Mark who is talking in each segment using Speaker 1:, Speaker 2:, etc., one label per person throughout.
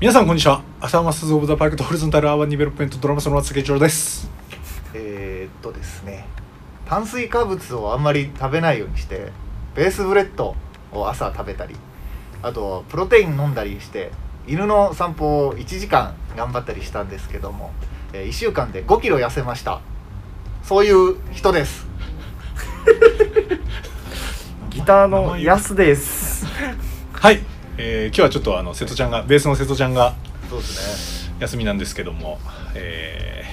Speaker 1: 皆さんこんにちはアサーマスズ・オブ・ザ・パークとホリゾンタル・アーバン・ディベロップメントドラマスの松崎一郎です
Speaker 2: えー、っとですね炭水化物をあんまり食べないようにしてベースブレッドを朝食べたりあとプロテイン飲んだりして犬の散歩を1時間頑張ったりしたんですけども、え1週間で5キロ痩せましたそういう人です
Speaker 3: ギターのヤ スです。
Speaker 1: はい、えー今日はちょっとあの瀬戸ちゃんがベースの瀬戸ちゃんが
Speaker 2: そうですね
Speaker 1: 休みなんですけども、え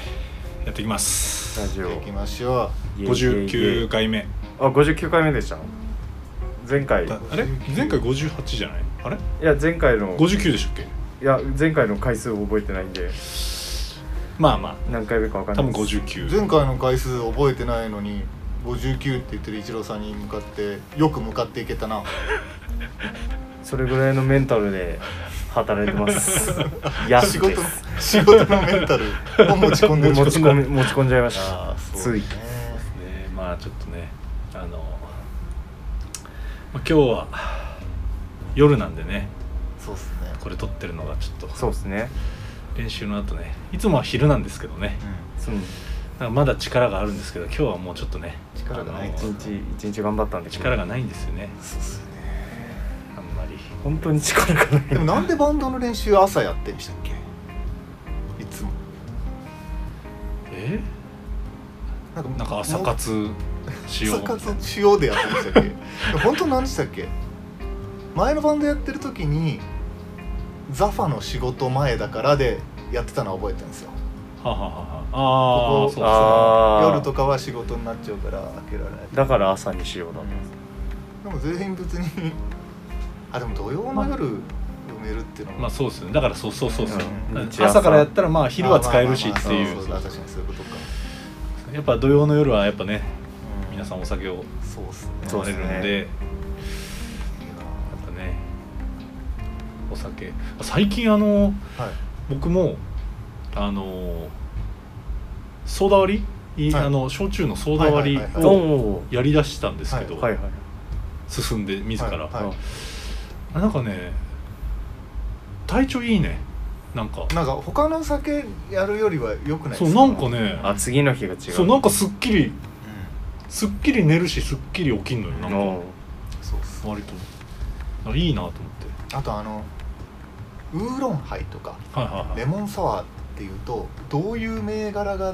Speaker 1: ーやっていきます
Speaker 3: ラジオ
Speaker 2: 行きましょ
Speaker 1: 59。回目
Speaker 3: あ、五十九回目でした。前回。い
Speaker 1: ああれ前回58じゃないあれ
Speaker 3: や、前回の。
Speaker 1: 59でしたっけ
Speaker 3: いや、前回の回数を覚えてないんで、
Speaker 1: まあま
Speaker 3: 何回目かわか
Speaker 1: あ
Speaker 3: ん
Speaker 1: 多
Speaker 3: ない
Speaker 1: 分
Speaker 3: です。
Speaker 2: う
Speaker 1: 59
Speaker 2: 前回の回数覚えてないのに59って言ってる一郎さんに向かってよく向かっていけたな
Speaker 3: それぐらいのメンタルで働 いてます。ヤス
Speaker 2: 仕事
Speaker 3: で
Speaker 2: の
Speaker 3: す。
Speaker 2: 仕事のメンタルを持ち込んで
Speaker 3: 持
Speaker 2: る
Speaker 3: ち込み持ち込んじゃいまし
Speaker 2: あ
Speaker 3: た
Speaker 2: あ。そう
Speaker 3: つ
Speaker 2: ね
Speaker 3: い。
Speaker 1: ねまあちょっとねあの、まあ、今日は夜なんでね
Speaker 2: そうっすね
Speaker 1: これ撮ってるのがちょっ
Speaker 3: そう
Speaker 1: と
Speaker 3: ですね。
Speaker 1: 練習の後ねいつもは昼なんですけどね
Speaker 2: う
Speaker 3: その
Speaker 1: なんかまだ力があるんですけど今日はもうちょっとね
Speaker 2: 力がない
Speaker 1: あの
Speaker 3: 一日一日頑張ったんで。
Speaker 1: 力がないんですよね
Speaker 2: んそうっすね
Speaker 1: あんまり
Speaker 3: 本当に力がない。
Speaker 2: でもなんでバンドの練習朝やってんでしたっけいつも
Speaker 1: え
Speaker 2: なんか
Speaker 1: なんか朝活しよう
Speaker 2: 朝
Speaker 1: みたいな
Speaker 2: 活しようでやってま したっけ本当なんでしたっけ前のバンドやってる時にザファの仕事前だからでやってたのは覚えてるんですよ
Speaker 1: ははははああ
Speaker 2: こ
Speaker 1: そうそう
Speaker 2: こ
Speaker 3: あー
Speaker 2: 夜とかは仕事になっちゃうから開けられない
Speaker 3: だから朝にしようだと。
Speaker 2: でも全員別にあでも土曜の夜埋めるっていうのも、
Speaker 1: まあそうですねだからそうそうそうそう、
Speaker 3: うん
Speaker 1: うん朝からやったらまあ昼は使えるしってい
Speaker 2: まあまあまあまあ
Speaker 1: う
Speaker 2: そうだ確かにそういうことか、
Speaker 1: やっぱ土曜の夜はやっぱね
Speaker 2: う
Speaker 1: 皆さんお酒を
Speaker 2: そうっすね
Speaker 1: 飲
Speaker 3: そ
Speaker 1: ま
Speaker 3: う
Speaker 1: れ
Speaker 3: で
Speaker 1: るん
Speaker 3: すね
Speaker 1: でやっぱねお酒最近あの
Speaker 2: はい
Speaker 1: 僕もあのソーダ割り、い
Speaker 2: はい
Speaker 1: あの焼酎のソーダ割
Speaker 2: はいはい
Speaker 1: り
Speaker 2: はい
Speaker 1: を
Speaker 3: お
Speaker 1: やりだしたんですけど、
Speaker 3: お。はいはい。
Speaker 1: 進んで自ら、
Speaker 2: はいはい
Speaker 1: あなんかね体調いいねなんか
Speaker 2: なんか他の酒やるよりは良くない
Speaker 1: そ
Speaker 2: です
Speaker 1: う
Speaker 2: か
Speaker 1: なんかね
Speaker 3: あ、次の日が違う。
Speaker 1: そうなんかすっきりすっきり寝るしすっきり起きんのよなんか
Speaker 3: おう
Speaker 2: うんそうっす
Speaker 1: 割となんかいいなと思って
Speaker 2: あとあのウーロンハイとか
Speaker 1: はいはいはい
Speaker 2: レモンサワーっていうとどういう銘柄が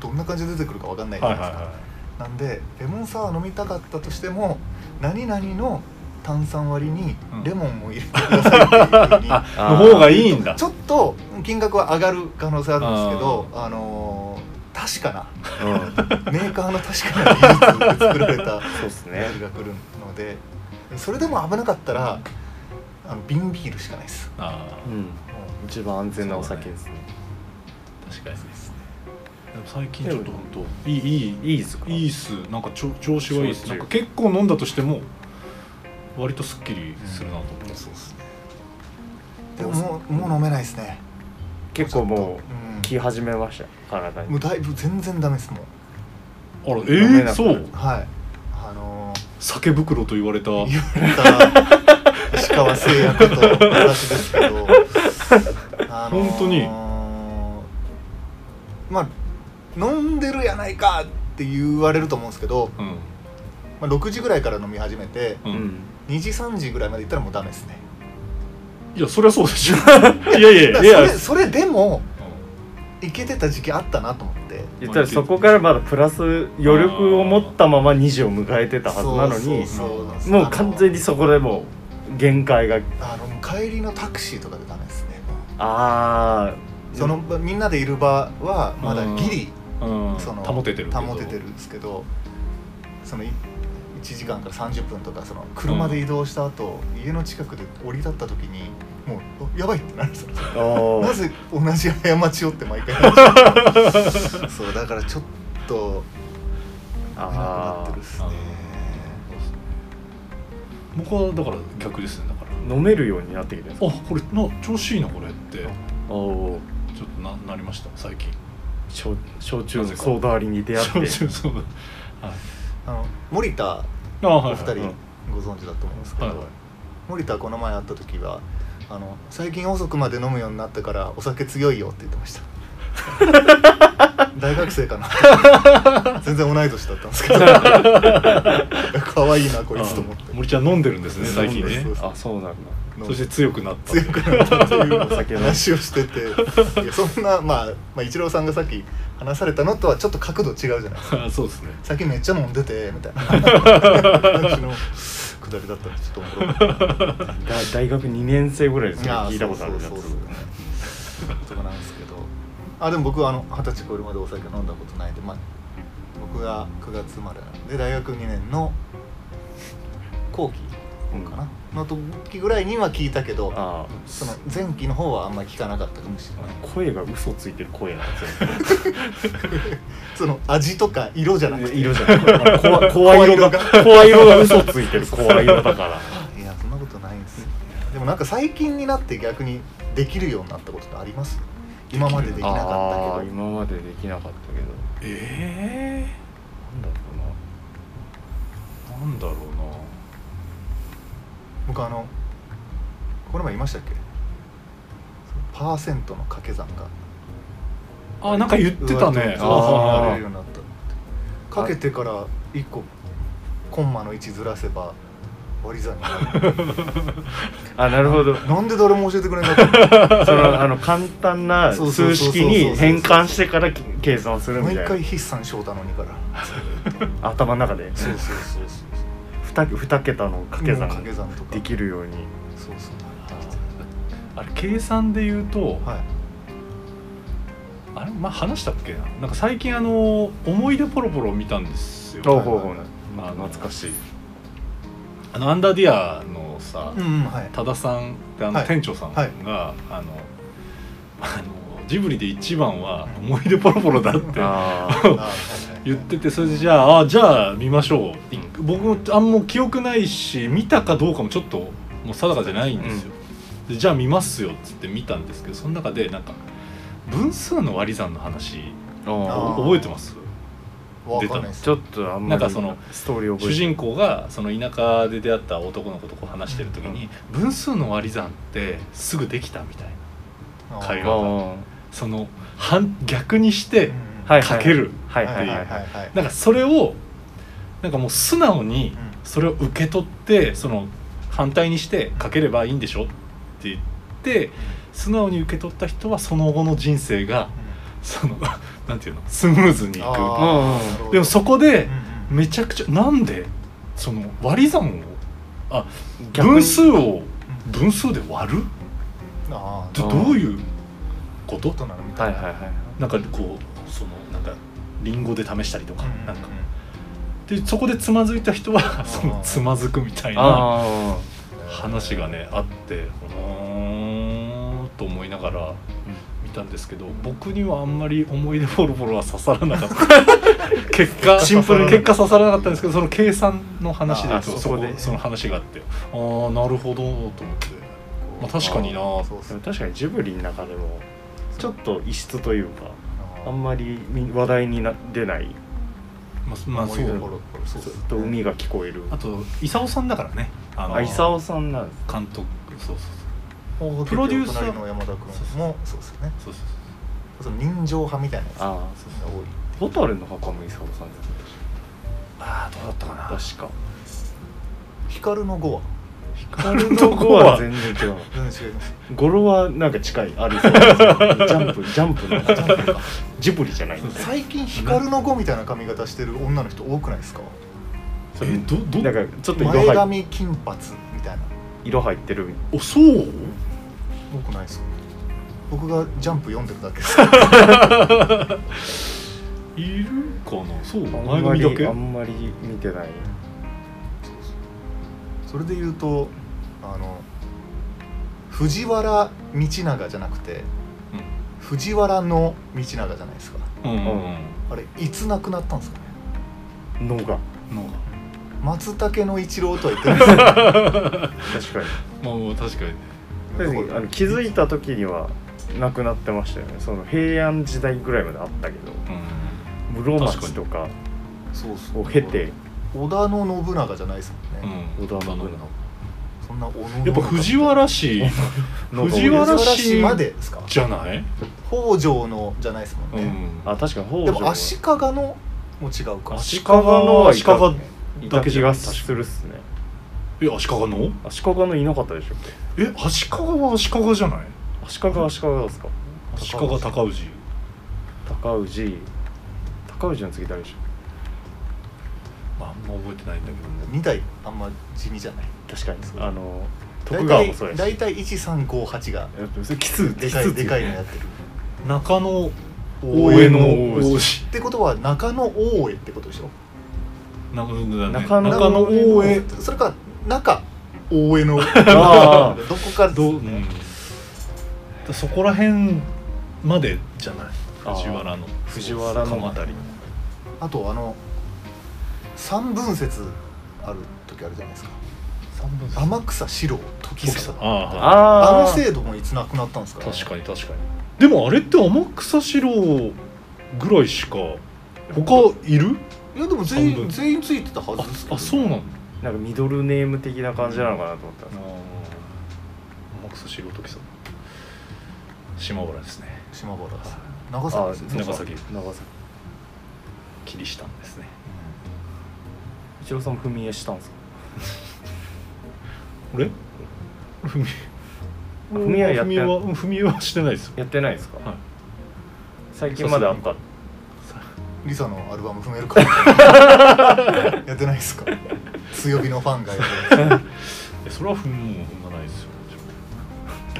Speaker 2: どんな感じで出てくるかわかんないじゃ
Speaker 1: は
Speaker 2: ないいで
Speaker 1: は
Speaker 2: す
Speaker 1: い
Speaker 2: か、
Speaker 1: は
Speaker 2: なんでレモンサワー飲みたかったとしても何々の炭酸割りに
Speaker 1: うん
Speaker 2: レモンを入れてくださいって いう風に
Speaker 1: あの方がいいんだ
Speaker 2: ちょっと金額は上がる可能性あるんですけどあのー確かな
Speaker 3: うん。
Speaker 2: メーカーの確かな技術で作られた
Speaker 3: そうです
Speaker 2: メ
Speaker 3: ね
Speaker 2: ー。ルが来るのでそれでも危なかったらあの瓶ビールしかないです
Speaker 1: あ
Speaker 3: う
Speaker 1: ー
Speaker 3: ん。一番安全なお酒ですね。
Speaker 1: 確かにでも最近ちょっと本当いいいい
Speaker 3: いいですか。
Speaker 1: いいっすなんかちょ調子はいいっす
Speaker 3: 焼酎
Speaker 1: なんか結構飲んだとしても割とすっきりするなと思って、
Speaker 2: そうですねでももうもう飲めないですね
Speaker 3: 結構も
Speaker 2: うん
Speaker 3: う来始めましたよ体
Speaker 2: も
Speaker 3: に
Speaker 2: う。だいぶ全然ダメですもう
Speaker 1: あらえ
Speaker 3: 飲め
Speaker 1: ー、
Speaker 3: なくなる
Speaker 1: そう
Speaker 2: はいあの
Speaker 1: 酒袋と言われた
Speaker 2: ー、言われた石川製薬と私ですけど、あのー
Speaker 1: 本当に
Speaker 2: まあ飲んでるやないかって言われると思うんですけど、
Speaker 1: うん
Speaker 2: まあ、6時ぐらいから飲み始めて
Speaker 1: う、
Speaker 3: うんん。
Speaker 2: 2時3時ぐらいまで行ったらもうダメですね
Speaker 1: いやそりゃそうでしょいやいやいや
Speaker 2: だか
Speaker 1: いや
Speaker 2: らそれそれでも
Speaker 1: う
Speaker 2: いけてた時期あったなと思って
Speaker 3: 言ったらそこからまだプラス余力を持ったまま2時を迎えてたはずなのに
Speaker 2: そうそうそう
Speaker 3: もう完全にそこでもう限界が
Speaker 2: あの帰りのタクシーとかでダメですねも
Speaker 3: あ
Speaker 2: うそのみんなでいる場はまだギリ
Speaker 1: んうん
Speaker 2: その
Speaker 1: 保ててるけど
Speaker 2: 保ててるんですけどそのい1時間から30分とかその車で移動した後、家の近くで降り立った時にもうおやばいってなるんですよ
Speaker 3: あお
Speaker 2: な
Speaker 3: ー
Speaker 2: ぜ同じ過ちをって毎回話して るそうだからちょっと長くなっ
Speaker 3: あ
Speaker 2: てるっす
Speaker 1: そ
Speaker 2: ね
Speaker 1: うっすね僕はだから逆ですねだから
Speaker 3: ー飲めるようになってきてるんです
Speaker 1: あこれな調子いいなこれって
Speaker 3: かおー
Speaker 1: ちょっとななりました最近
Speaker 3: 焼焼酎のソーダ割りに出会って
Speaker 1: 焼酎 そうだはい
Speaker 2: あの森田
Speaker 1: あ
Speaker 2: お
Speaker 1: はい
Speaker 2: 二人ご存知だと思うんですけど、
Speaker 1: はいはい
Speaker 2: 森田この前会った時はあの最近遅くまで飲むようになってからお酒強いよって言ってました 大学生かな全然同い年だったんですけど 可愛いなこいつと思って
Speaker 1: あ森ちゃん飲んでるんですね最近ね
Speaker 2: そうです
Speaker 3: あそうなんだ
Speaker 1: そして強くなった
Speaker 2: 強くなったというお酒
Speaker 3: 酒
Speaker 2: の
Speaker 3: の
Speaker 2: 話をしてていやそんな、まあ、まあ一郎さんがさっき話されたのとはちょっと角度違うじゃないですか
Speaker 1: あ そうですね
Speaker 2: 最近めっちゃ飲んでてみた いな話のくだりだったらちょっとおもろかった
Speaker 3: だ大学2年生ぐらいですね
Speaker 2: や
Speaker 3: 聞いたことあるやつ
Speaker 2: そうそうそうそうとかなんですけどあでも僕はあの二十歳超えるまでお酒飲んだことないんで、まあ、僕が9月生まれなんで大学2年の後期かな、の時ぐらいには聞いたけど
Speaker 3: あ
Speaker 2: その前期の方はあんまり聞かなかったかもしれない
Speaker 3: あ声が嘘ついてる声なんですよ
Speaker 2: その味とか色じゃなくて
Speaker 3: 色じ ゃない怖怖い色が怖い色が嘘ついてる怖い色だから
Speaker 2: いやそんなことないんですよでもなんか最近になって逆にできるようになったことってあります今までできなか
Speaker 3: あ
Speaker 2: った
Speaker 3: あ
Speaker 2: けど
Speaker 3: 今までできなかったけど
Speaker 1: え
Speaker 3: なんだろ
Speaker 1: えなんだろう
Speaker 2: 僕あのこの前いましたっけパーセントの掛け算が
Speaker 1: なあなんか言ってたね
Speaker 2: 上手
Speaker 3: そうそう
Speaker 2: になれ
Speaker 1: あ
Speaker 2: るようになったってかけてから一個コンマの位置ずらせば割り算になる
Speaker 3: うなあなるほど
Speaker 2: なんで誰も教えてくれなかったの
Speaker 3: そのあの簡単な
Speaker 2: そうそう
Speaker 3: 数
Speaker 2: そうそう
Speaker 3: 式に変換してからき計算をするみ
Speaker 2: 毎
Speaker 3: たい
Speaker 2: 回
Speaker 3: な
Speaker 2: 筆算しようたのにから
Speaker 3: 頭の中で
Speaker 2: そうそうそうそう
Speaker 3: 2, 二桁の掛け
Speaker 2: もう
Speaker 3: 算
Speaker 2: 掛け算とか
Speaker 3: できるように
Speaker 2: そうそう
Speaker 1: ああれ計算で言うと、
Speaker 2: はい
Speaker 1: あれまあ話したっけななんか最近あの思い出ポロポロ見たんですよ
Speaker 3: ほうほうほう
Speaker 1: あの
Speaker 3: 懐かしい
Speaker 1: あのアンダーディアのさ、
Speaker 2: うんうんはい
Speaker 1: 多田さんってあの
Speaker 2: はい
Speaker 1: 店長さんが、
Speaker 2: はい
Speaker 1: あのあのジブリで一番は思い出ポロポロだって
Speaker 3: あ
Speaker 2: あ
Speaker 3: ー
Speaker 2: はいはい
Speaker 1: 言っててそれでじゃああじゃあ見ましょうって僕もあんま記憶ないし見たかどうかもちょっともう定かじゃないんですよ、でじゃあ見ますよっつって見たんですけどその中でなんか分数の割り算の話
Speaker 3: あ
Speaker 2: あ
Speaker 3: ー
Speaker 2: ー
Speaker 1: 覚えてます
Speaker 2: わかんないです
Speaker 3: ちょっとあんま
Speaker 1: な
Speaker 3: り
Speaker 1: んかその
Speaker 3: ストーリー覚えて
Speaker 1: 主人公がその田舎で出会った男の子とこう話してる時に分数の割り算ってすぐできたみたいな会
Speaker 3: あ
Speaker 1: 話
Speaker 3: ー
Speaker 1: その反逆にして
Speaker 3: はいは
Speaker 1: か
Speaker 3: い
Speaker 1: ける
Speaker 3: はい
Speaker 2: は
Speaker 3: はいい
Speaker 2: は
Speaker 3: はいい
Speaker 2: は
Speaker 3: はいい
Speaker 2: はい
Speaker 1: なんかそれをなんかもう素直に
Speaker 2: うん
Speaker 1: それを受け取ってその反対にしてかければいいんでしょって言って素直に受け取った人はその後の人生がその なんていうのスムーズにいく
Speaker 2: あ
Speaker 3: うん
Speaker 2: ーなるほど
Speaker 1: でもそこで
Speaker 2: うんうん
Speaker 1: めちゃくちゃなんでその割り算をあ
Speaker 3: 逆に
Speaker 1: 分数を分数で割る
Speaker 2: あ
Speaker 1: って
Speaker 2: ー
Speaker 1: どういうこと
Speaker 2: どうなのみた
Speaker 3: はいい
Speaker 2: な
Speaker 3: はいはい
Speaker 1: なんかこうそのなんかリンゴで試したりとか、
Speaker 2: うんうんうん
Speaker 1: なんかでそこでつまずいた人はそのつまずくみたいな
Speaker 3: あ
Speaker 1: 話がねあってうーんと思いながら見たんですけど僕にはあんまり思い出ボロボロは刺さらなかった 結果
Speaker 2: シンプルに
Speaker 1: 結果刺さらなかったんですけどその計算の話で
Speaker 3: あ
Speaker 1: そ
Speaker 3: そ
Speaker 1: そ
Speaker 3: こ
Speaker 1: こ
Speaker 3: で
Speaker 1: でその話があってああなるほどと思って、まあ、確かにな
Speaker 2: あー
Speaker 1: ー
Speaker 2: そうっ
Speaker 3: あですも
Speaker 2: ね
Speaker 3: 確かにジブリの中でもちょっと異質というかあん
Speaker 2: ま
Speaker 3: まりみ話題にな出ない
Speaker 1: まあ、まあ、そ
Speaker 2: そう
Speaker 1: う
Speaker 2: そう
Speaker 3: ず
Speaker 2: そ
Speaker 3: っ
Speaker 2: う
Speaker 3: と海が聞こえる
Speaker 1: あと功さんだからねあの
Speaker 3: あ伊沢さんなんです
Speaker 1: 監督そうそうそう
Speaker 2: プ
Speaker 1: プ
Speaker 2: ロ
Speaker 1: ロ
Speaker 2: デ
Speaker 1: デュ
Speaker 2: ュー
Speaker 1: ー
Speaker 2: サ
Speaker 1: サ
Speaker 2: ー
Speaker 1: ー
Speaker 2: の山田君もそうですよね
Speaker 1: そうそうそう
Speaker 2: その人情派みたいなやつが
Speaker 3: あ
Speaker 2: 多い
Speaker 3: あホタルの墓も伊沢さんです
Speaker 1: ああどうだったかな
Speaker 3: 確か
Speaker 2: 光の語は
Speaker 1: 光
Speaker 3: と
Speaker 1: の
Speaker 3: こ
Speaker 1: 子
Speaker 3: は
Speaker 1: は
Speaker 3: 全然 違う
Speaker 2: 全然違います
Speaker 3: 語呂はなんか近いありそうですけど ジャンプジャンプの
Speaker 2: ジャンプか
Speaker 3: ジブリじゃないんで
Speaker 2: 最近光の語みたいな髪型してる女の人多くないですか
Speaker 3: それ
Speaker 1: えどど
Speaker 3: なんかちょっと色
Speaker 2: 前
Speaker 3: 入
Speaker 2: 髪金髪みたいな
Speaker 3: 色入ってる
Speaker 1: おそう
Speaker 2: 多くないですか僕がジャンプ読んでるだけです
Speaker 1: いるかなそう
Speaker 3: あん
Speaker 1: 前
Speaker 3: ま
Speaker 1: 髪だ
Speaker 3: り
Speaker 1: け
Speaker 3: あんまり見てない
Speaker 2: それで言うとあの藤原道長じゃなくて藤原の道長じゃないですか
Speaker 1: うんうんうん
Speaker 2: あれいつ亡くなったんですかね
Speaker 3: のが
Speaker 1: の
Speaker 2: 松茸の一郎とは言ってないですよ
Speaker 3: 確かに
Speaker 1: まあまあ確かにね
Speaker 3: 確かにあの気づいた時にはなくなってましたよねその平安時代ぐらいまであったけど
Speaker 1: う
Speaker 3: 室町とか
Speaker 2: そうそう
Speaker 3: を経て
Speaker 2: 織田の信長じゃないですもんね、
Speaker 1: んうん
Speaker 3: 織田信長
Speaker 2: そうそんなおの
Speaker 1: やっぱ藤原氏
Speaker 3: なんか
Speaker 1: 藤原氏
Speaker 2: 氏までですか
Speaker 1: じゃない、
Speaker 2: 北条のじゃないですもん
Speaker 1: う
Speaker 2: ね、
Speaker 1: ん、
Speaker 3: あ確かに北条
Speaker 2: でも足利のも違うか
Speaker 3: 足利の
Speaker 1: 足利
Speaker 3: はい利
Speaker 1: だ
Speaker 3: だ
Speaker 1: け
Speaker 3: け
Speaker 1: じ
Speaker 3: 気
Speaker 1: ゃない
Speaker 3: がするっすね
Speaker 1: え足利の
Speaker 3: 足利のいなかったでしょ
Speaker 1: え足利は足利じゃない
Speaker 3: 足利足利ですか
Speaker 1: 足利高氏
Speaker 3: 高氏高氏の次誰でしょ
Speaker 1: まああんま覚えてないんだけどね
Speaker 2: 2代あんま地味じゃない
Speaker 3: 確かに
Speaker 2: そう
Speaker 3: あの徳川もそうやし
Speaker 2: 大体大体1358が
Speaker 3: やっぱそれきつ
Speaker 2: でかいでかいのや
Speaker 3: ね
Speaker 2: ってる
Speaker 1: 中野
Speaker 3: 大
Speaker 1: 大江
Speaker 3: 江
Speaker 1: の
Speaker 3: の
Speaker 1: 王
Speaker 3: 王
Speaker 1: 子
Speaker 2: ってことは中野大江ってことでしょ
Speaker 1: 中野
Speaker 3: 中野
Speaker 1: 中野大江
Speaker 2: それか中大 江のど
Speaker 3: あ
Speaker 2: こか
Speaker 1: どう、
Speaker 2: ど
Speaker 1: うん、そこら辺までじゃない
Speaker 3: あー
Speaker 1: 藤原の
Speaker 3: 藤原の
Speaker 1: 鎌あたり
Speaker 2: あとあの三分節ある時あるじゃないですか
Speaker 1: 三分
Speaker 2: 天草四郎時
Speaker 1: 草
Speaker 2: 草
Speaker 1: ああ
Speaker 2: あ
Speaker 3: あ
Speaker 2: の
Speaker 3: あ
Speaker 2: 制度もいつなくなったんですか、ね、
Speaker 1: 確かに確かにでもあれって天草四郎ぐらいしか他いる
Speaker 2: いやでも全
Speaker 1: 三分
Speaker 2: 員全員ついてたは
Speaker 1: あ
Speaker 2: ずですけど
Speaker 1: あそうなんだ
Speaker 3: なんかミドルネーム的な感じなのかなと思ったんです
Speaker 1: 天草四郎時さん島原ですね
Speaker 2: 島原です長崎ですよね
Speaker 1: あ長崎
Speaker 3: 長崎
Speaker 1: キリシタンですね
Speaker 3: 一郎さんも踏み絵したんですか
Speaker 1: 俺ふみ
Speaker 3: あふみはやって
Speaker 1: ふみはふみはしてないですよ
Speaker 3: やってないですか、
Speaker 1: はい
Speaker 3: 最近まであった
Speaker 2: リサのアルバム踏めるか やってないですか強火のファンがやってる
Speaker 1: えそれはふんもう踏まないですよ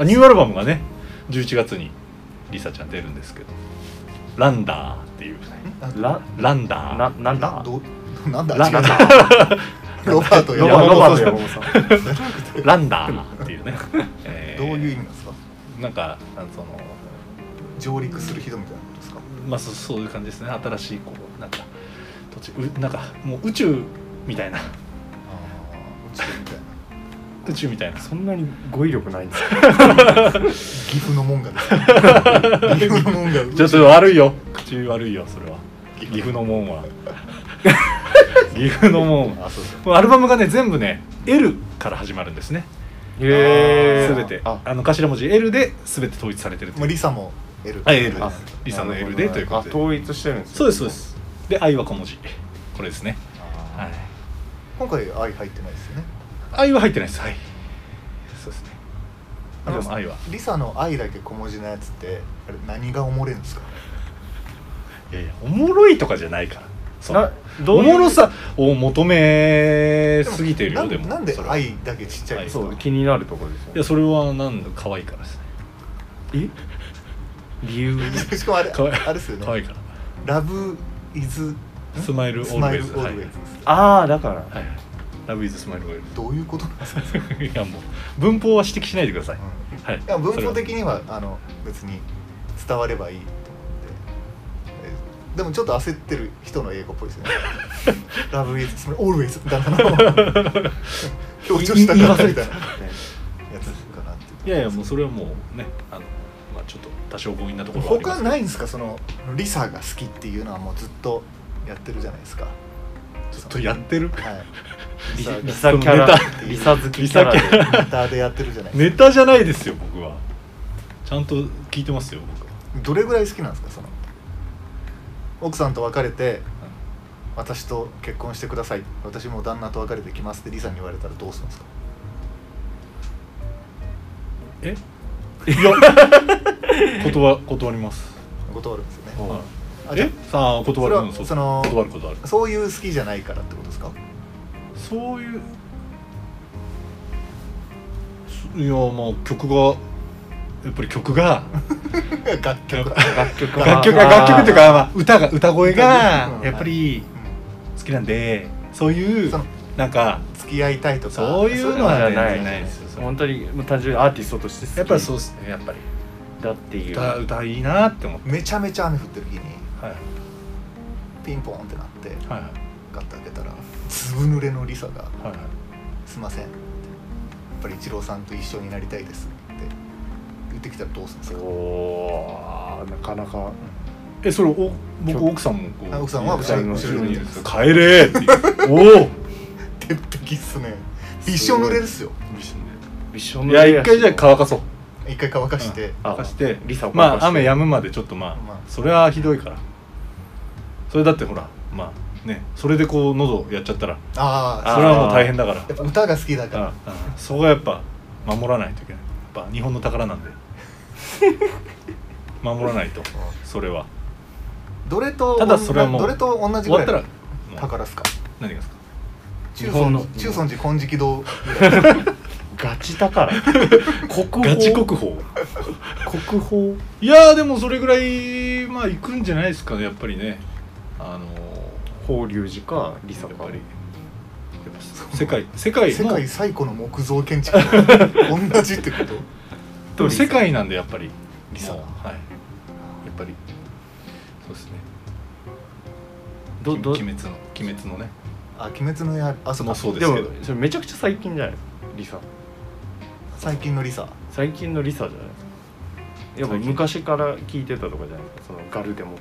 Speaker 1: あニューアルバムがね11月にリサちゃん出るんですけど「ランダー」っていう
Speaker 3: ラ
Speaker 1: 「ランダー」
Speaker 3: なな
Speaker 2: な
Speaker 3: んだ
Speaker 2: どなんだ
Speaker 1: ラ
Speaker 2: 違うな ロバート
Speaker 3: ロ
Speaker 1: や
Speaker 3: バ
Speaker 1: ば
Speaker 3: ロバート
Speaker 2: さん
Speaker 3: 山本さん
Speaker 1: ランダーっていう ね、え
Speaker 2: ど
Speaker 1: ー
Speaker 2: ういう意味なんですか
Speaker 1: なんかあのその
Speaker 2: 上陸する人みたいなことですか
Speaker 1: まあそそういう感じですね新しいこうなんか土地うなんかもう宇宙みたいな
Speaker 2: ああ宇宙みたいな
Speaker 1: 宇宙みたいな
Speaker 3: そんなに語彙力ない んですか
Speaker 2: 岐阜の門がですね岐阜の門が
Speaker 1: ちょっと悪いよ口悪いよそれは岐阜の門 は岐阜の門は
Speaker 2: あそうです
Speaker 1: アルバムがね全部ね L から始まるんですね
Speaker 2: へ
Speaker 1: す
Speaker 2: ー
Speaker 1: べてあ
Speaker 3: あ
Speaker 1: の頭文字 L で全て統一されてると
Speaker 2: ま
Speaker 1: い
Speaker 2: あ
Speaker 1: う
Speaker 2: リサも L
Speaker 1: あ L で
Speaker 3: あ
Speaker 1: すリサの L でということ
Speaker 3: あ
Speaker 1: で
Speaker 3: 統一してるんです
Speaker 1: そうですそうですで愛は小文字これですねはい
Speaker 2: 今回愛入ってないですよね
Speaker 1: 愛は入ってないですはいそうですね
Speaker 2: あ
Speaker 1: で
Speaker 2: の
Speaker 1: も愛は
Speaker 2: リサの愛だけ小文字のやつってあれ何がおもれんですか
Speaker 1: いやいやおもろいとかじゃないからその
Speaker 3: など
Speaker 1: お
Speaker 3: ういう
Speaker 1: もろさを求めすぎてるよでも
Speaker 2: なんなんで
Speaker 1: それは
Speaker 2: 愛だけちっちゃいんですか
Speaker 3: そう気になるところ
Speaker 1: い
Speaker 3: で
Speaker 1: や
Speaker 3: す
Speaker 1: それはなんだ可愛いからですね
Speaker 3: よねえ理由
Speaker 2: しかもあれ
Speaker 1: かわい
Speaker 2: あれですよ
Speaker 1: 可愛い
Speaker 2: ね
Speaker 1: から
Speaker 2: ラブイズ
Speaker 1: スマイルオ
Speaker 2: スマ
Speaker 1: ー
Speaker 2: イ
Speaker 1: ルウェ
Speaker 2: ル
Speaker 1: イ
Speaker 2: オ
Speaker 1: ズ
Speaker 2: ールウェイズ
Speaker 3: ああだから
Speaker 1: はいはいラブイズスマイルオールウ
Speaker 2: どういうことなんですか、
Speaker 1: ェイズいやもう文法は指摘しないでください、
Speaker 2: うん
Speaker 1: はい
Speaker 2: いや文法
Speaker 1: それは
Speaker 2: 的にはあの別に伝わればいいと思ってえでもちょっと焦ってる人の英語っぽいです よね「ラブイズ」「オールウェイズ」みたいな のを強調したかったみたいなやつかなっていう
Speaker 1: いやいやもうそれはもうねあのまあちょっと多少強引なところはありま
Speaker 2: 他
Speaker 1: す
Speaker 2: ないんですかそのリサが好きっていうのはもうずっとやってるじゃないですか
Speaker 1: ずっとやってる
Speaker 2: はい
Speaker 3: リ
Speaker 2: リ
Speaker 3: リ
Speaker 2: サ
Speaker 3: サ
Speaker 1: が
Speaker 3: キャ
Speaker 1: ネ
Speaker 3: ラ
Speaker 1: タ
Speaker 3: リサ好きキャラ
Speaker 1: リサキャ
Speaker 3: で
Speaker 2: ネタでやってるじゃないで
Speaker 1: ネ
Speaker 2: す
Speaker 1: タじゃないですよ僕はちゃんと聞いてますよ僕は
Speaker 2: かどれぐらい好きなんですかその奥さんと別れて私と結婚してください私も旦那と別れてきますってリサに言われたらどうするんですか
Speaker 1: えいや断断ります
Speaker 2: 断るんですよね
Speaker 3: うん
Speaker 2: あじゃ
Speaker 1: えさあ断る
Speaker 2: それは
Speaker 1: うんそう
Speaker 2: その
Speaker 1: 断る断る
Speaker 2: あそういう好きじゃないからってことですか
Speaker 1: そういうそいやまあ曲がやっぱり曲が
Speaker 2: 楽曲
Speaker 3: 楽曲
Speaker 1: 楽曲
Speaker 3: あー
Speaker 1: 楽曲っていうか、まあ、歌が歌声が
Speaker 2: うん
Speaker 1: やっぱり
Speaker 2: う
Speaker 1: 好きなんでそうい
Speaker 2: そうの
Speaker 1: なんか
Speaker 2: ん付き合いたいとか
Speaker 1: そういうのは
Speaker 3: そ
Speaker 1: ね
Speaker 3: ういうのは
Speaker 1: 全然
Speaker 3: ない
Speaker 1: ですよそれ
Speaker 3: 本当にもう単純にアーティストとして好き
Speaker 1: やっぱりそうっすねやっぱり
Speaker 3: だっていう
Speaker 1: 歌歌いいなって思って、
Speaker 2: めちゃめちゃ雨降ってる日に
Speaker 1: はい、
Speaker 2: ピンポンってなって
Speaker 1: はいはい
Speaker 2: ガッて開けたらずぶ濡れのリサが
Speaker 1: はいはい
Speaker 2: 「すいません」やっぱり一郎さんと一緒になりたいです」って言ってきたらどうするんですか
Speaker 3: おーなかなか
Speaker 1: えそれお僕奥さんもこう
Speaker 2: あ奥さんは
Speaker 1: 後ろに
Speaker 2: 後ろに
Speaker 1: いるんです 帰れーっていうおお
Speaker 2: 鉄壁っすねびしょ濡れですよ
Speaker 1: びしょ
Speaker 3: びしょ濡
Speaker 1: い
Speaker 3: れ
Speaker 1: や
Speaker 3: し
Speaker 1: 一回じゃあ乾かそう
Speaker 2: 一回乾かして、
Speaker 1: 乾かして
Speaker 3: リサを乾かして
Speaker 1: まあ雨止むまでちょっとまあ、
Speaker 2: まあ
Speaker 1: それはひどいからそれだってほらまあねそれでこう喉やっちゃったら
Speaker 2: ああ
Speaker 1: それはもう大変だから
Speaker 2: やっぱ歌が好きだから
Speaker 1: うんうんそこはやっぱ守らないといけないやっぱ日本の宝なん で守らないとそれは
Speaker 2: どれと
Speaker 1: ただそれはもう
Speaker 2: どれと同
Speaker 1: 終
Speaker 2: じぐら
Speaker 1: わ
Speaker 2: い
Speaker 1: ったらもう
Speaker 2: 宝っすか
Speaker 1: 何がですか
Speaker 2: 中
Speaker 3: 日本の
Speaker 2: 尊寺中尊寺金 色堂ぐらい
Speaker 3: ガチだ から国宝
Speaker 1: ガチ国宝
Speaker 3: 国宝
Speaker 1: いやーでもそれぐらいまあ行くんじゃないですかねやっぱりねあの
Speaker 3: 法隆寺かリサ
Speaker 1: ー、や
Speaker 3: か
Speaker 1: っぱりやっぱ世界世界
Speaker 2: 世
Speaker 1: の
Speaker 2: 界最古の木造建築同じってこと
Speaker 1: でも世界なんでやっぱり
Speaker 2: リサ
Speaker 1: もうはいやっぱりそうですね
Speaker 3: ど
Speaker 1: き
Speaker 3: ど
Speaker 1: 鬼滅の鬼滅のね
Speaker 2: あ鬼滅の刃あそ
Speaker 1: も
Speaker 2: う
Speaker 1: そうで
Speaker 3: ですも
Speaker 1: けど
Speaker 3: それめちゃくちゃ最近じゃないリサ
Speaker 2: 最近のリサ
Speaker 3: 最近のリサじゃないやっぱ昔から聞いてたとかじゃないそのガルデモと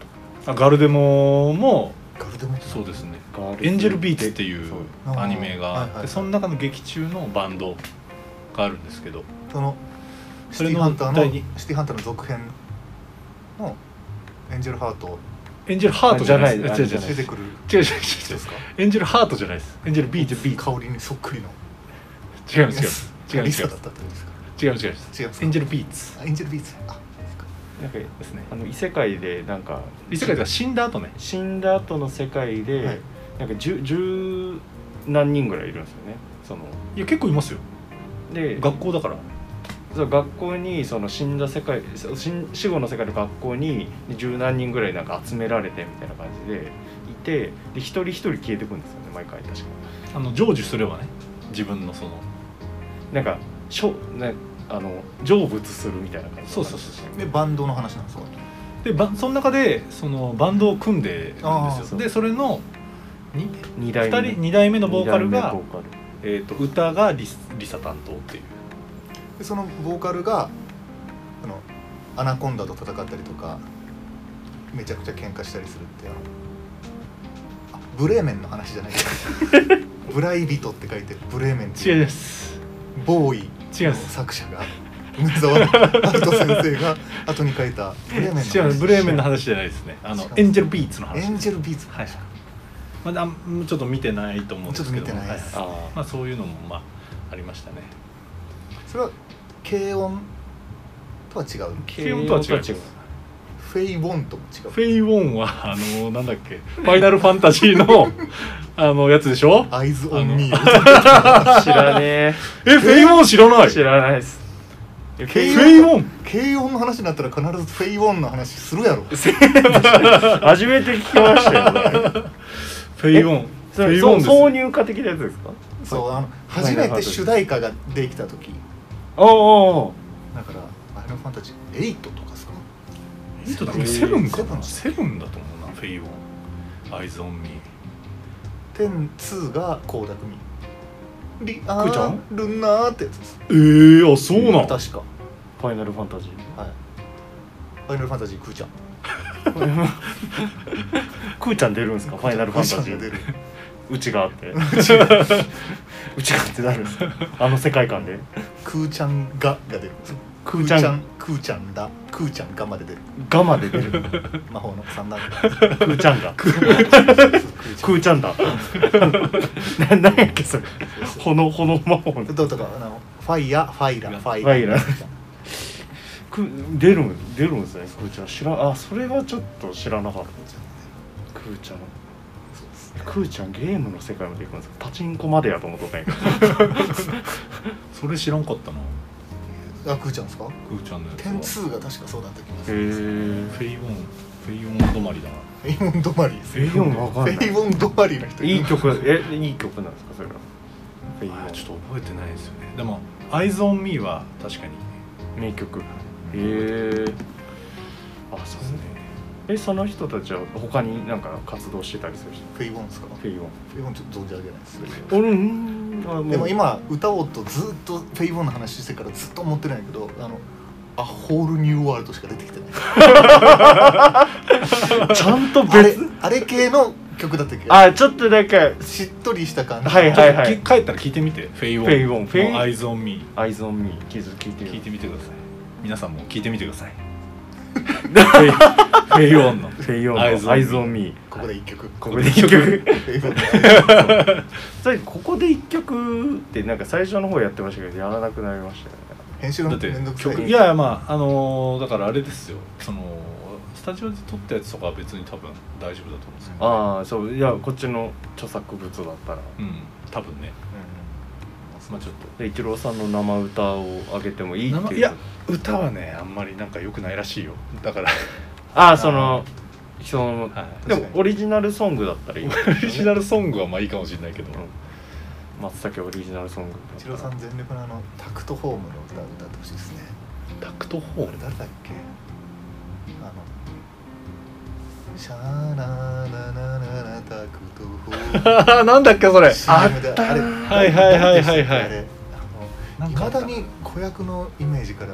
Speaker 3: か
Speaker 1: あガルデモも
Speaker 2: ガルデモ
Speaker 1: そうですね
Speaker 3: ガルデ
Speaker 1: エンジェルビーツっていう
Speaker 3: そう
Speaker 1: アニメがあ
Speaker 2: あーはいはい
Speaker 1: っ
Speaker 2: は
Speaker 1: て
Speaker 2: い
Speaker 1: その中の劇中のバンドがあるんですけど
Speaker 2: そのシ
Speaker 1: そ
Speaker 2: テ
Speaker 1: れ
Speaker 2: ィ
Speaker 1: の
Speaker 2: ハンター
Speaker 1: 第
Speaker 2: の
Speaker 1: 二
Speaker 2: シティハンターの続編のエンジェルハート
Speaker 1: エンジェルハートじゃないで
Speaker 3: あ
Speaker 1: す
Speaker 3: じ
Speaker 1: 違う違
Speaker 3: ゃ
Speaker 1: う違
Speaker 2: 出
Speaker 3: ない
Speaker 1: う
Speaker 2: てくる
Speaker 1: 違う違う違う
Speaker 2: 人ですか
Speaker 1: エンジェルハートじゃないですエンジェルビーツ
Speaker 2: 香りにそっくりの
Speaker 1: 違うんですよ違うん
Speaker 2: リ
Speaker 1: です
Speaker 2: サ
Speaker 1: よ
Speaker 2: だったってことですか
Speaker 1: 違うんですよ違うんです
Speaker 2: 違
Speaker 1: よ
Speaker 2: うんですか
Speaker 1: エンジェルビーツ
Speaker 2: あエンジェルビーツあそうか
Speaker 3: なんか
Speaker 1: ですね
Speaker 3: あの異世界でなんか
Speaker 1: 異世界が死んだ後ね
Speaker 3: 死んだ後の世界で、
Speaker 2: はい
Speaker 3: なんか十十何人ぐらいいるんですよねその
Speaker 1: いや結構いますよ
Speaker 3: で
Speaker 1: 学校だから
Speaker 3: その学校にその死んだ世界そ死ん死後の世界の学校に十何人ぐらいなんか集められてみたいな感じでいてで一人一人消えてくんですよね毎回確か
Speaker 1: あの成就すればね自分のその
Speaker 3: なんかしょねあの成仏するみたいな感じ
Speaker 1: そうそうそうそう
Speaker 2: でバンドの話なんですか
Speaker 1: でばその中でそのバンドを組んでるん
Speaker 2: あ
Speaker 1: で
Speaker 2: ー
Speaker 1: す
Speaker 3: そ
Speaker 1: よ
Speaker 3: う
Speaker 1: でそれのに
Speaker 3: 二
Speaker 1: 二
Speaker 3: 代目
Speaker 1: 人二代目のボーカル
Speaker 3: 二代
Speaker 1: が
Speaker 3: 目、ボーカル
Speaker 1: えー、と歌がリスリサ担当っていう
Speaker 2: でそのボーカルがあのアナコンダと戦ったりとかめちゃくちゃ喧嘩したりするっていうあブレーメンの話じゃないです ブライビトって書いてブレーメンって
Speaker 1: 違
Speaker 2: い
Speaker 1: いうます
Speaker 2: ボーイ
Speaker 1: 違う
Speaker 2: の
Speaker 1: んです
Speaker 2: 作者が梅沢アルト先生が後に書いたブレーメンの話
Speaker 1: 違うブレーメンの話じゃないですねあの
Speaker 2: 違う
Speaker 1: エンジェルビーツの話
Speaker 2: エンジェルビーツ
Speaker 1: はいまだあんちょっと見てないと思うんですけど
Speaker 2: ちょっと見てないです
Speaker 1: は
Speaker 3: あ
Speaker 1: まあ、そういうのもまあありましたね
Speaker 2: それは軽音とは違う
Speaker 1: 軽音とは違います
Speaker 3: 軽音
Speaker 2: フェイ・ウォンとも違う
Speaker 1: フェイ・ウォンはあのなんだっけファイナルファンタジー のあのやつでしょ
Speaker 2: アイズ・オン・ミー
Speaker 3: 知らね
Speaker 1: えフェイ・ウォン知らない
Speaker 3: え知らないですいや
Speaker 1: フェ
Speaker 2: 軽
Speaker 1: イ・
Speaker 2: 音
Speaker 1: ウォン
Speaker 2: 軽音の話になったら必ずフェイ・ウォンの話するやろ
Speaker 3: 初めて聞きました よこれ
Speaker 1: フェイ・ウォンフ
Speaker 3: そ
Speaker 1: ェ
Speaker 3: れ
Speaker 1: イ・ウ
Speaker 3: そ
Speaker 1: ォン
Speaker 3: う
Speaker 1: です
Speaker 3: 挿入歌的なやつですか
Speaker 2: そうあの
Speaker 3: ァイナ
Speaker 2: 初
Speaker 3: ルファ
Speaker 2: め
Speaker 3: ンタ
Speaker 2: て
Speaker 3: ジー
Speaker 2: 主題歌ができた時
Speaker 3: おうおうおう
Speaker 2: だから「ファイナルファンタジー8」とかですか
Speaker 1: えっとだけセブンか
Speaker 2: セブン
Speaker 1: セブンだと思うなフェイウォンアイズオンミー
Speaker 2: 102が倖田來未リア
Speaker 1: くーちゃん
Speaker 2: ールナーってやつです
Speaker 1: えー、あそうなん
Speaker 2: 確か
Speaker 3: ファイナルファンタジー
Speaker 2: はいファイナルファンタジーくーちゃん
Speaker 3: クーちゃん出るんですかファイナルファンタジ
Speaker 2: くーちゃんが出
Speaker 3: ー
Speaker 2: る
Speaker 3: うちがあ ってうちがってなるんですかあの世界観で
Speaker 2: くーちゃんがが出る
Speaker 3: くーちゃん
Speaker 2: くーちゃんだくーちゃんがまで 出る
Speaker 3: ガマで出る
Speaker 2: 魔法の三段
Speaker 3: クーちゃんだクーちゃん だななんやっけそれほのほの魔法の
Speaker 2: どうとかあのファイヤファイラファイ
Speaker 3: ファイラ
Speaker 2: くーちゃん
Speaker 3: く出るん出るんですねクーちゃん知らあそれはちょっと知らなかったクーちゃん
Speaker 2: そうです
Speaker 3: クーちゃんゲームの世界まで行くんですかパチンコまでやと思っとったんやけど
Speaker 1: それ知らんかったな
Speaker 2: あくーちゃんですか
Speaker 1: クーちゃんのやつは
Speaker 2: 点2が確かそうだった気がする
Speaker 1: フ
Speaker 3: へ
Speaker 1: ェイウォンフェイウォン止まりだな
Speaker 2: フェイウォン止まりです
Speaker 3: えフェイウォンわかんない
Speaker 2: フェイウォン止まりの人
Speaker 3: いい曲えいい曲なんですかそれはフェイ
Speaker 1: あーちょっ
Speaker 3: と
Speaker 1: と覚えてないですよねでも「アイズ・オン・ミー」は確かに
Speaker 3: 名曲へえあそう
Speaker 1: ですね
Speaker 3: ねえその人たちは他になんか活動してたりする人
Speaker 2: フェイウォンですか
Speaker 3: フェイオン
Speaker 2: フェイウォンちょっと存じ上げないです
Speaker 3: うんあもう
Speaker 2: でも今歌おうとずっとフェイウォンの話してからずっと思ってるんやけどあのあホールニュー ワールドしか出てきてない
Speaker 3: ちゃんと
Speaker 2: あれ
Speaker 3: 別
Speaker 2: あれ系の曲だったっけ
Speaker 3: あちょっとなんか
Speaker 2: しっとりした感じ、
Speaker 3: はいはいはい
Speaker 1: き帰ったら聞いてみてフェイウ
Speaker 3: フェイウ
Speaker 1: ォ
Speaker 3: ォ
Speaker 1: ン
Speaker 3: ンフェイ
Speaker 1: の「アイズ・オン・ミ
Speaker 3: 「アイズオンミー」聞いて
Speaker 1: ー」
Speaker 3: る
Speaker 1: 聞いてみてください皆さんも聞いてみてくださいフェイフェイウォンの
Speaker 3: フェイオン
Speaker 1: アイズオンミー
Speaker 3: の「アイズオンミー」
Speaker 2: ここで一曲
Speaker 3: ここで一曲それここで一曲ってなんか最初の方やってましたけどやらなくなりましたよね
Speaker 2: 編集
Speaker 1: だ
Speaker 2: の
Speaker 1: って
Speaker 2: めんどくさ
Speaker 1: 曲
Speaker 2: い
Speaker 1: いやいやまああのーだからあれですよそのスタジオで撮ったやつとかは別に多分大丈夫だと思うんですよ
Speaker 3: ああそういやこっちの著作物だったら
Speaker 1: うん多分ねまあちょっと
Speaker 3: で一郎さんの生歌をあげてもいいって
Speaker 1: 生
Speaker 3: いう
Speaker 1: いや歌はねあんまりなんか良くないらしいよだから
Speaker 3: ああそのその
Speaker 1: はい
Speaker 3: でもオリジナルソングだったらいい、ね、
Speaker 1: オリジナルソングはまあいいかもしれないけど、
Speaker 3: うん松茸オリジナルソング
Speaker 2: イチローさん全力のあのタクトホームの歌を歌ってほしいですね
Speaker 1: タクト
Speaker 2: あ
Speaker 1: ホ
Speaker 2: れ
Speaker 1: ール
Speaker 2: 誰だっけあのシャーナーナナナナタクトホーム
Speaker 1: あー なんだっけそれ
Speaker 2: CM であれ
Speaker 1: はいはいはいはいはい
Speaker 2: あれ
Speaker 1: な
Speaker 2: あの
Speaker 1: ん
Speaker 2: い
Speaker 1: かあ
Speaker 2: ま
Speaker 1: った
Speaker 2: だに子役のイメージから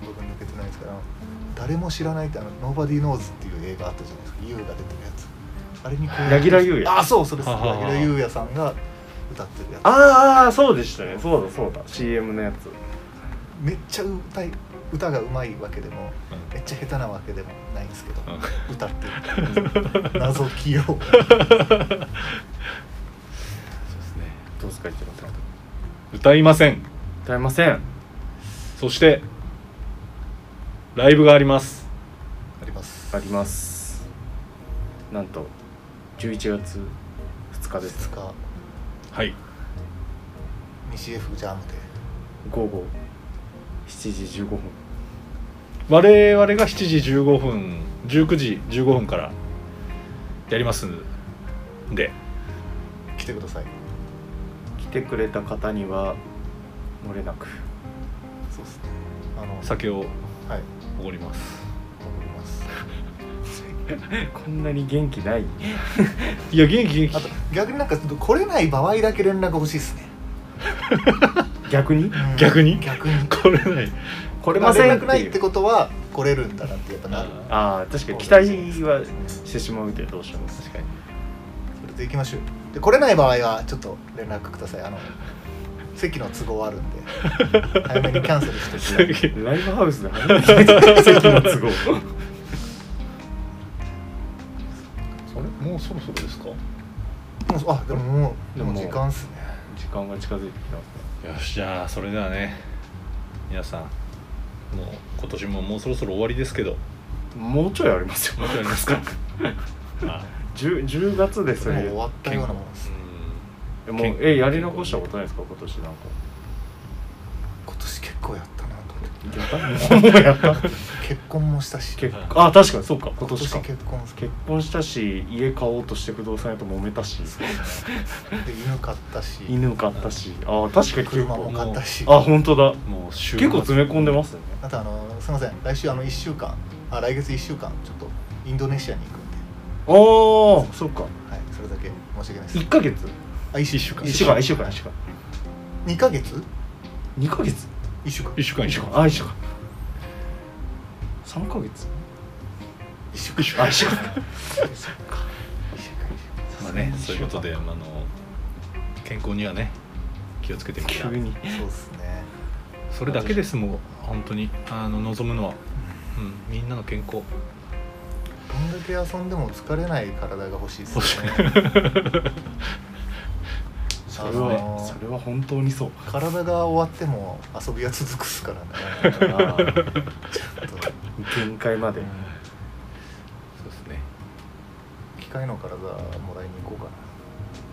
Speaker 2: 僕抜けてないですから誰も知らないってあの「ノーバディーノーズ」っていう映画あったじゃないですか優が出てるやつあれにこう
Speaker 3: 柳楽優弥
Speaker 2: あそうそれです
Speaker 1: ははは
Speaker 2: 柳楽優弥さんが歌ってるやつ
Speaker 3: ああそうでしたねそうだそうだ CM のやつ
Speaker 2: めっちゃ歌い歌がうまいわけでもめっちゃ下手なわけでもないんですけど 歌ってる謎起用
Speaker 1: そうですね
Speaker 3: どうですか一郎さん
Speaker 1: 歌いません
Speaker 3: 歌えません
Speaker 1: そしてライブがあります
Speaker 2: あります
Speaker 3: ありますなんと11月2日です
Speaker 2: 2日
Speaker 1: はい
Speaker 2: 西 F ジャムで
Speaker 3: 午後7時15分
Speaker 1: 我々が7時15分19時15分からやりますんで
Speaker 2: 来てください
Speaker 3: 来てくれた方には漏れなく
Speaker 2: そうですねあの
Speaker 1: 酒を
Speaker 2: はい
Speaker 1: おごります
Speaker 2: 思います
Speaker 3: こんなに元気ない
Speaker 1: いや元気元気
Speaker 2: あと逆になんか来れない場合だけ連絡欲しいですね、
Speaker 3: 逆 に
Speaker 1: 逆に
Speaker 2: 逆に
Speaker 1: 来れない
Speaker 3: 来れ
Speaker 2: ま
Speaker 3: ま
Speaker 2: あ
Speaker 3: せん
Speaker 2: 連
Speaker 3: って
Speaker 2: 絡ない
Speaker 3: い
Speaker 2: っ
Speaker 3: う
Speaker 2: てことは来れるんだなってやっぱなる
Speaker 1: あ
Speaker 3: ああ確かに期待はしてしまうけどどうしよう
Speaker 1: 確かに
Speaker 2: それで行きましょうで来れない場合はちょっと連絡くださいあの席の都合あるんで早めにキャンセルして
Speaker 1: す
Speaker 2: く
Speaker 1: げえ
Speaker 3: ライブハウスで初めて席の都合
Speaker 1: それもうそろそろですか
Speaker 2: もうあでももう
Speaker 3: で
Speaker 2: で
Speaker 3: も
Speaker 2: も時間っすね
Speaker 3: 時間が近づいてきたんですね
Speaker 1: よしじゃあそれではね皆さんもう今年ももうそろそろ終わりですけど
Speaker 3: もうちょいありますよ
Speaker 1: もうちょいありますかまあ
Speaker 3: 10, 10月です
Speaker 2: もう
Speaker 3: ね
Speaker 2: 終わったようなもんです
Speaker 1: うん
Speaker 3: もうえやり残したことないですか今年なんか
Speaker 2: 今年結構やったなと思って
Speaker 3: もうやった
Speaker 2: 結婚もしたし
Speaker 3: 結構あ確かにそうか今
Speaker 2: 今
Speaker 3: 年
Speaker 2: 年
Speaker 3: か
Speaker 2: 結婚す
Speaker 3: 結婚したし家買おうとして不動産屋と揉めたし
Speaker 2: で犬買ったし
Speaker 3: 犬買ったしあー確かに結
Speaker 2: 車も
Speaker 3: 構
Speaker 2: 買ったし
Speaker 3: あ本当だ
Speaker 1: もう週末
Speaker 3: 結構詰め込んでますね
Speaker 2: あとあのすいません来週あの1週間あ来月1週間ちょっとインドネシアに行くんで、
Speaker 3: おーそっか
Speaker 2: はい、それだけ申し訳ないで
Speaker 3: 一
Speaker 2: す
Speaker 3: ヶ月
Speaker 2: あ 1, 週間
Speaker 3: 一週間一週間一週間
Speaker 2: 2ヶ月
Speaker 3: 二ヶ月
Speaker 2: 1週間
Speaker 1: 一週間一週間
Speaker 3: あ一週間三ヶ月
Speaker 2: 1週間1週
Speaker 3: あ 一週間
Speaker 1: まあねそういうことであの健康にはね気をつけてみた
Speaker 3: 急に
Speaker 2: そうですね
Speaker 1: それだけですもう本当にあの望むのは、うん、みんなの健康
Speaker 2: どんだけ遊んでも疲れない体が欲しいです
Speaker 1: 欲しい
Speaker 2: ね
Speaker 3: それはそれは本当 にそう
Speaker 2: 体が終わっても遊びは続くっすからね
Speaker 3: あー
Speaker 2: ちょっと
Speaker 3: 限界まで
Speaker 1: そうですね
Speaker 2: 機械の体もらいに行こうか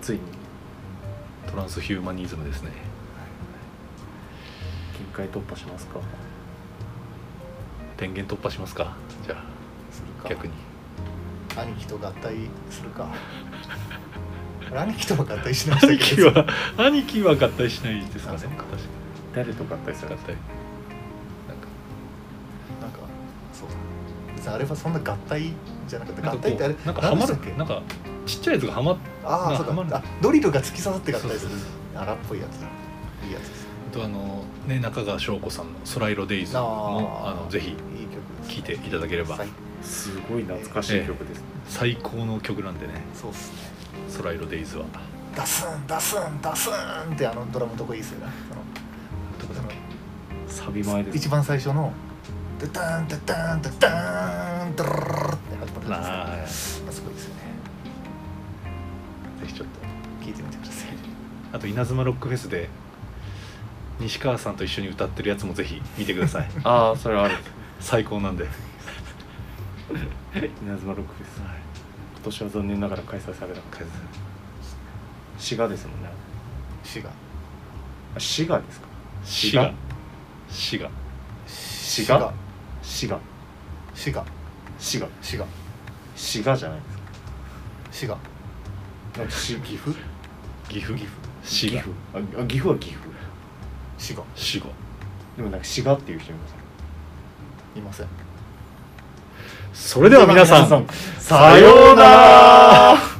Speaker 3: ついに
Speaker 1: トランスヒューマニズムですね
Speaker 3: 限界突破しますか
Speaker 1: 天元突破しますかじゃ
Speaker 2: なする
Speaker 1: あ
Speaker 2: か
Speaker 1: 逆に
Speaker 2: 兄貴と合体するかあれ兄貴とは合体しな
Speaker 1: 兄
Speaker 2: い
Speaker 1: 貴は兄貴は合体しないですかね
Speaker 2: あそっか
Speaker 1: 確か
Speaker 3: 誰と買ったりす
Speaker 1: に
Speaker 3: る
Speaker 1: 合体なんか
Speaker 2: なんかそうだ別にあれはそんな合体じゃなかった
Speaker 1: なん
Speaker 2: 合
Speaker 1: かこ
Speaker 2: 体ってあれ
Speaker 1: うなんかハマ
Speaker 2: 何
Speaker 1: る
Speaker 2: でしたっけ
Speaker 1: なんかちっちゃいやつがハマっ
Speaker 2: あ
Speaker 1: な
Speaker 2: あそう
Speaker 1: ハマる
Speaker 2: かあドリルが突き刺さって合体す
Speaker 1: そう
Speaker 2: る
Speaker 1: そうそ
Speaker 2: 荒っぽいやつだいいやつです
Speaker 1: あとあのね中川翔子さんの「空色デイズも」
Speaker 2: あー
Speaker 1: あのぜひ
Speaker 2: いい曲です、ね、
Speaker 1: 聴いていただければ
Speaker 2: 最
Speaker 3: すごい懐かしい曲です、ね
Speaker 1: 最高の曲なんでね
Speaker 2: そうっすね
Speaker 1: 「空色デイズは
Speaker 2: ダスンダスンダスンってあのドラムとこいいっすよね
Speaker 1: どこ
Speaker 2: そ
Speaker 1: だっ
Speaker 2: の
Speaker 1: け
Speaker 3: サビ前です
Speaker 2: 一番最初の「ドゥタンドゥタンドゥタンドゥルルルルって始まるんです
Speaker 1: なあ
Speaker 2: あすごいですよね
Speaker 1: ぜひちょっと
Speaker 2: 聞いてみてください
Speaker 1: あと稲妻ロックフェスで西川さんと一緒に歌ってるやつもぜひ見てくだ さい
Speaker 3: ああそれはある
Speaker 1: 最高なんで
Speaker 3: 稲妻ロックフェス今年は残念ながら開催されなかった滋賀ですもんね
Speaker 2: 滋賀
Speaker 3: あ滋賀ですか
Speaker 1: 滋賀滋賀
Speaker 2: 滋
Speaker 3: 賀滋賀
Speaker 2: 滋賀
Speaker 3: 滋賀
Speaker 2: 滋賀
Speaker 3: 滋賀じゃないですか
Speaker 2: 滋賀
Speaker 3: なんかし
Speaker 2: 岐阜
Speaker 1: 岐阜岐阜
Speaker 3: 岐
Speaker 1: 滋賀
Speaker 3: 阜ああ岐阜は岐阜
Speaker 2: 滋賀
Speaker 1: 滋賀
Speaker 3: でもなんか滋賀っていう人います
Speaker 2: いません
Speaker 1: それでは皆さん
Speaker 3: さようなら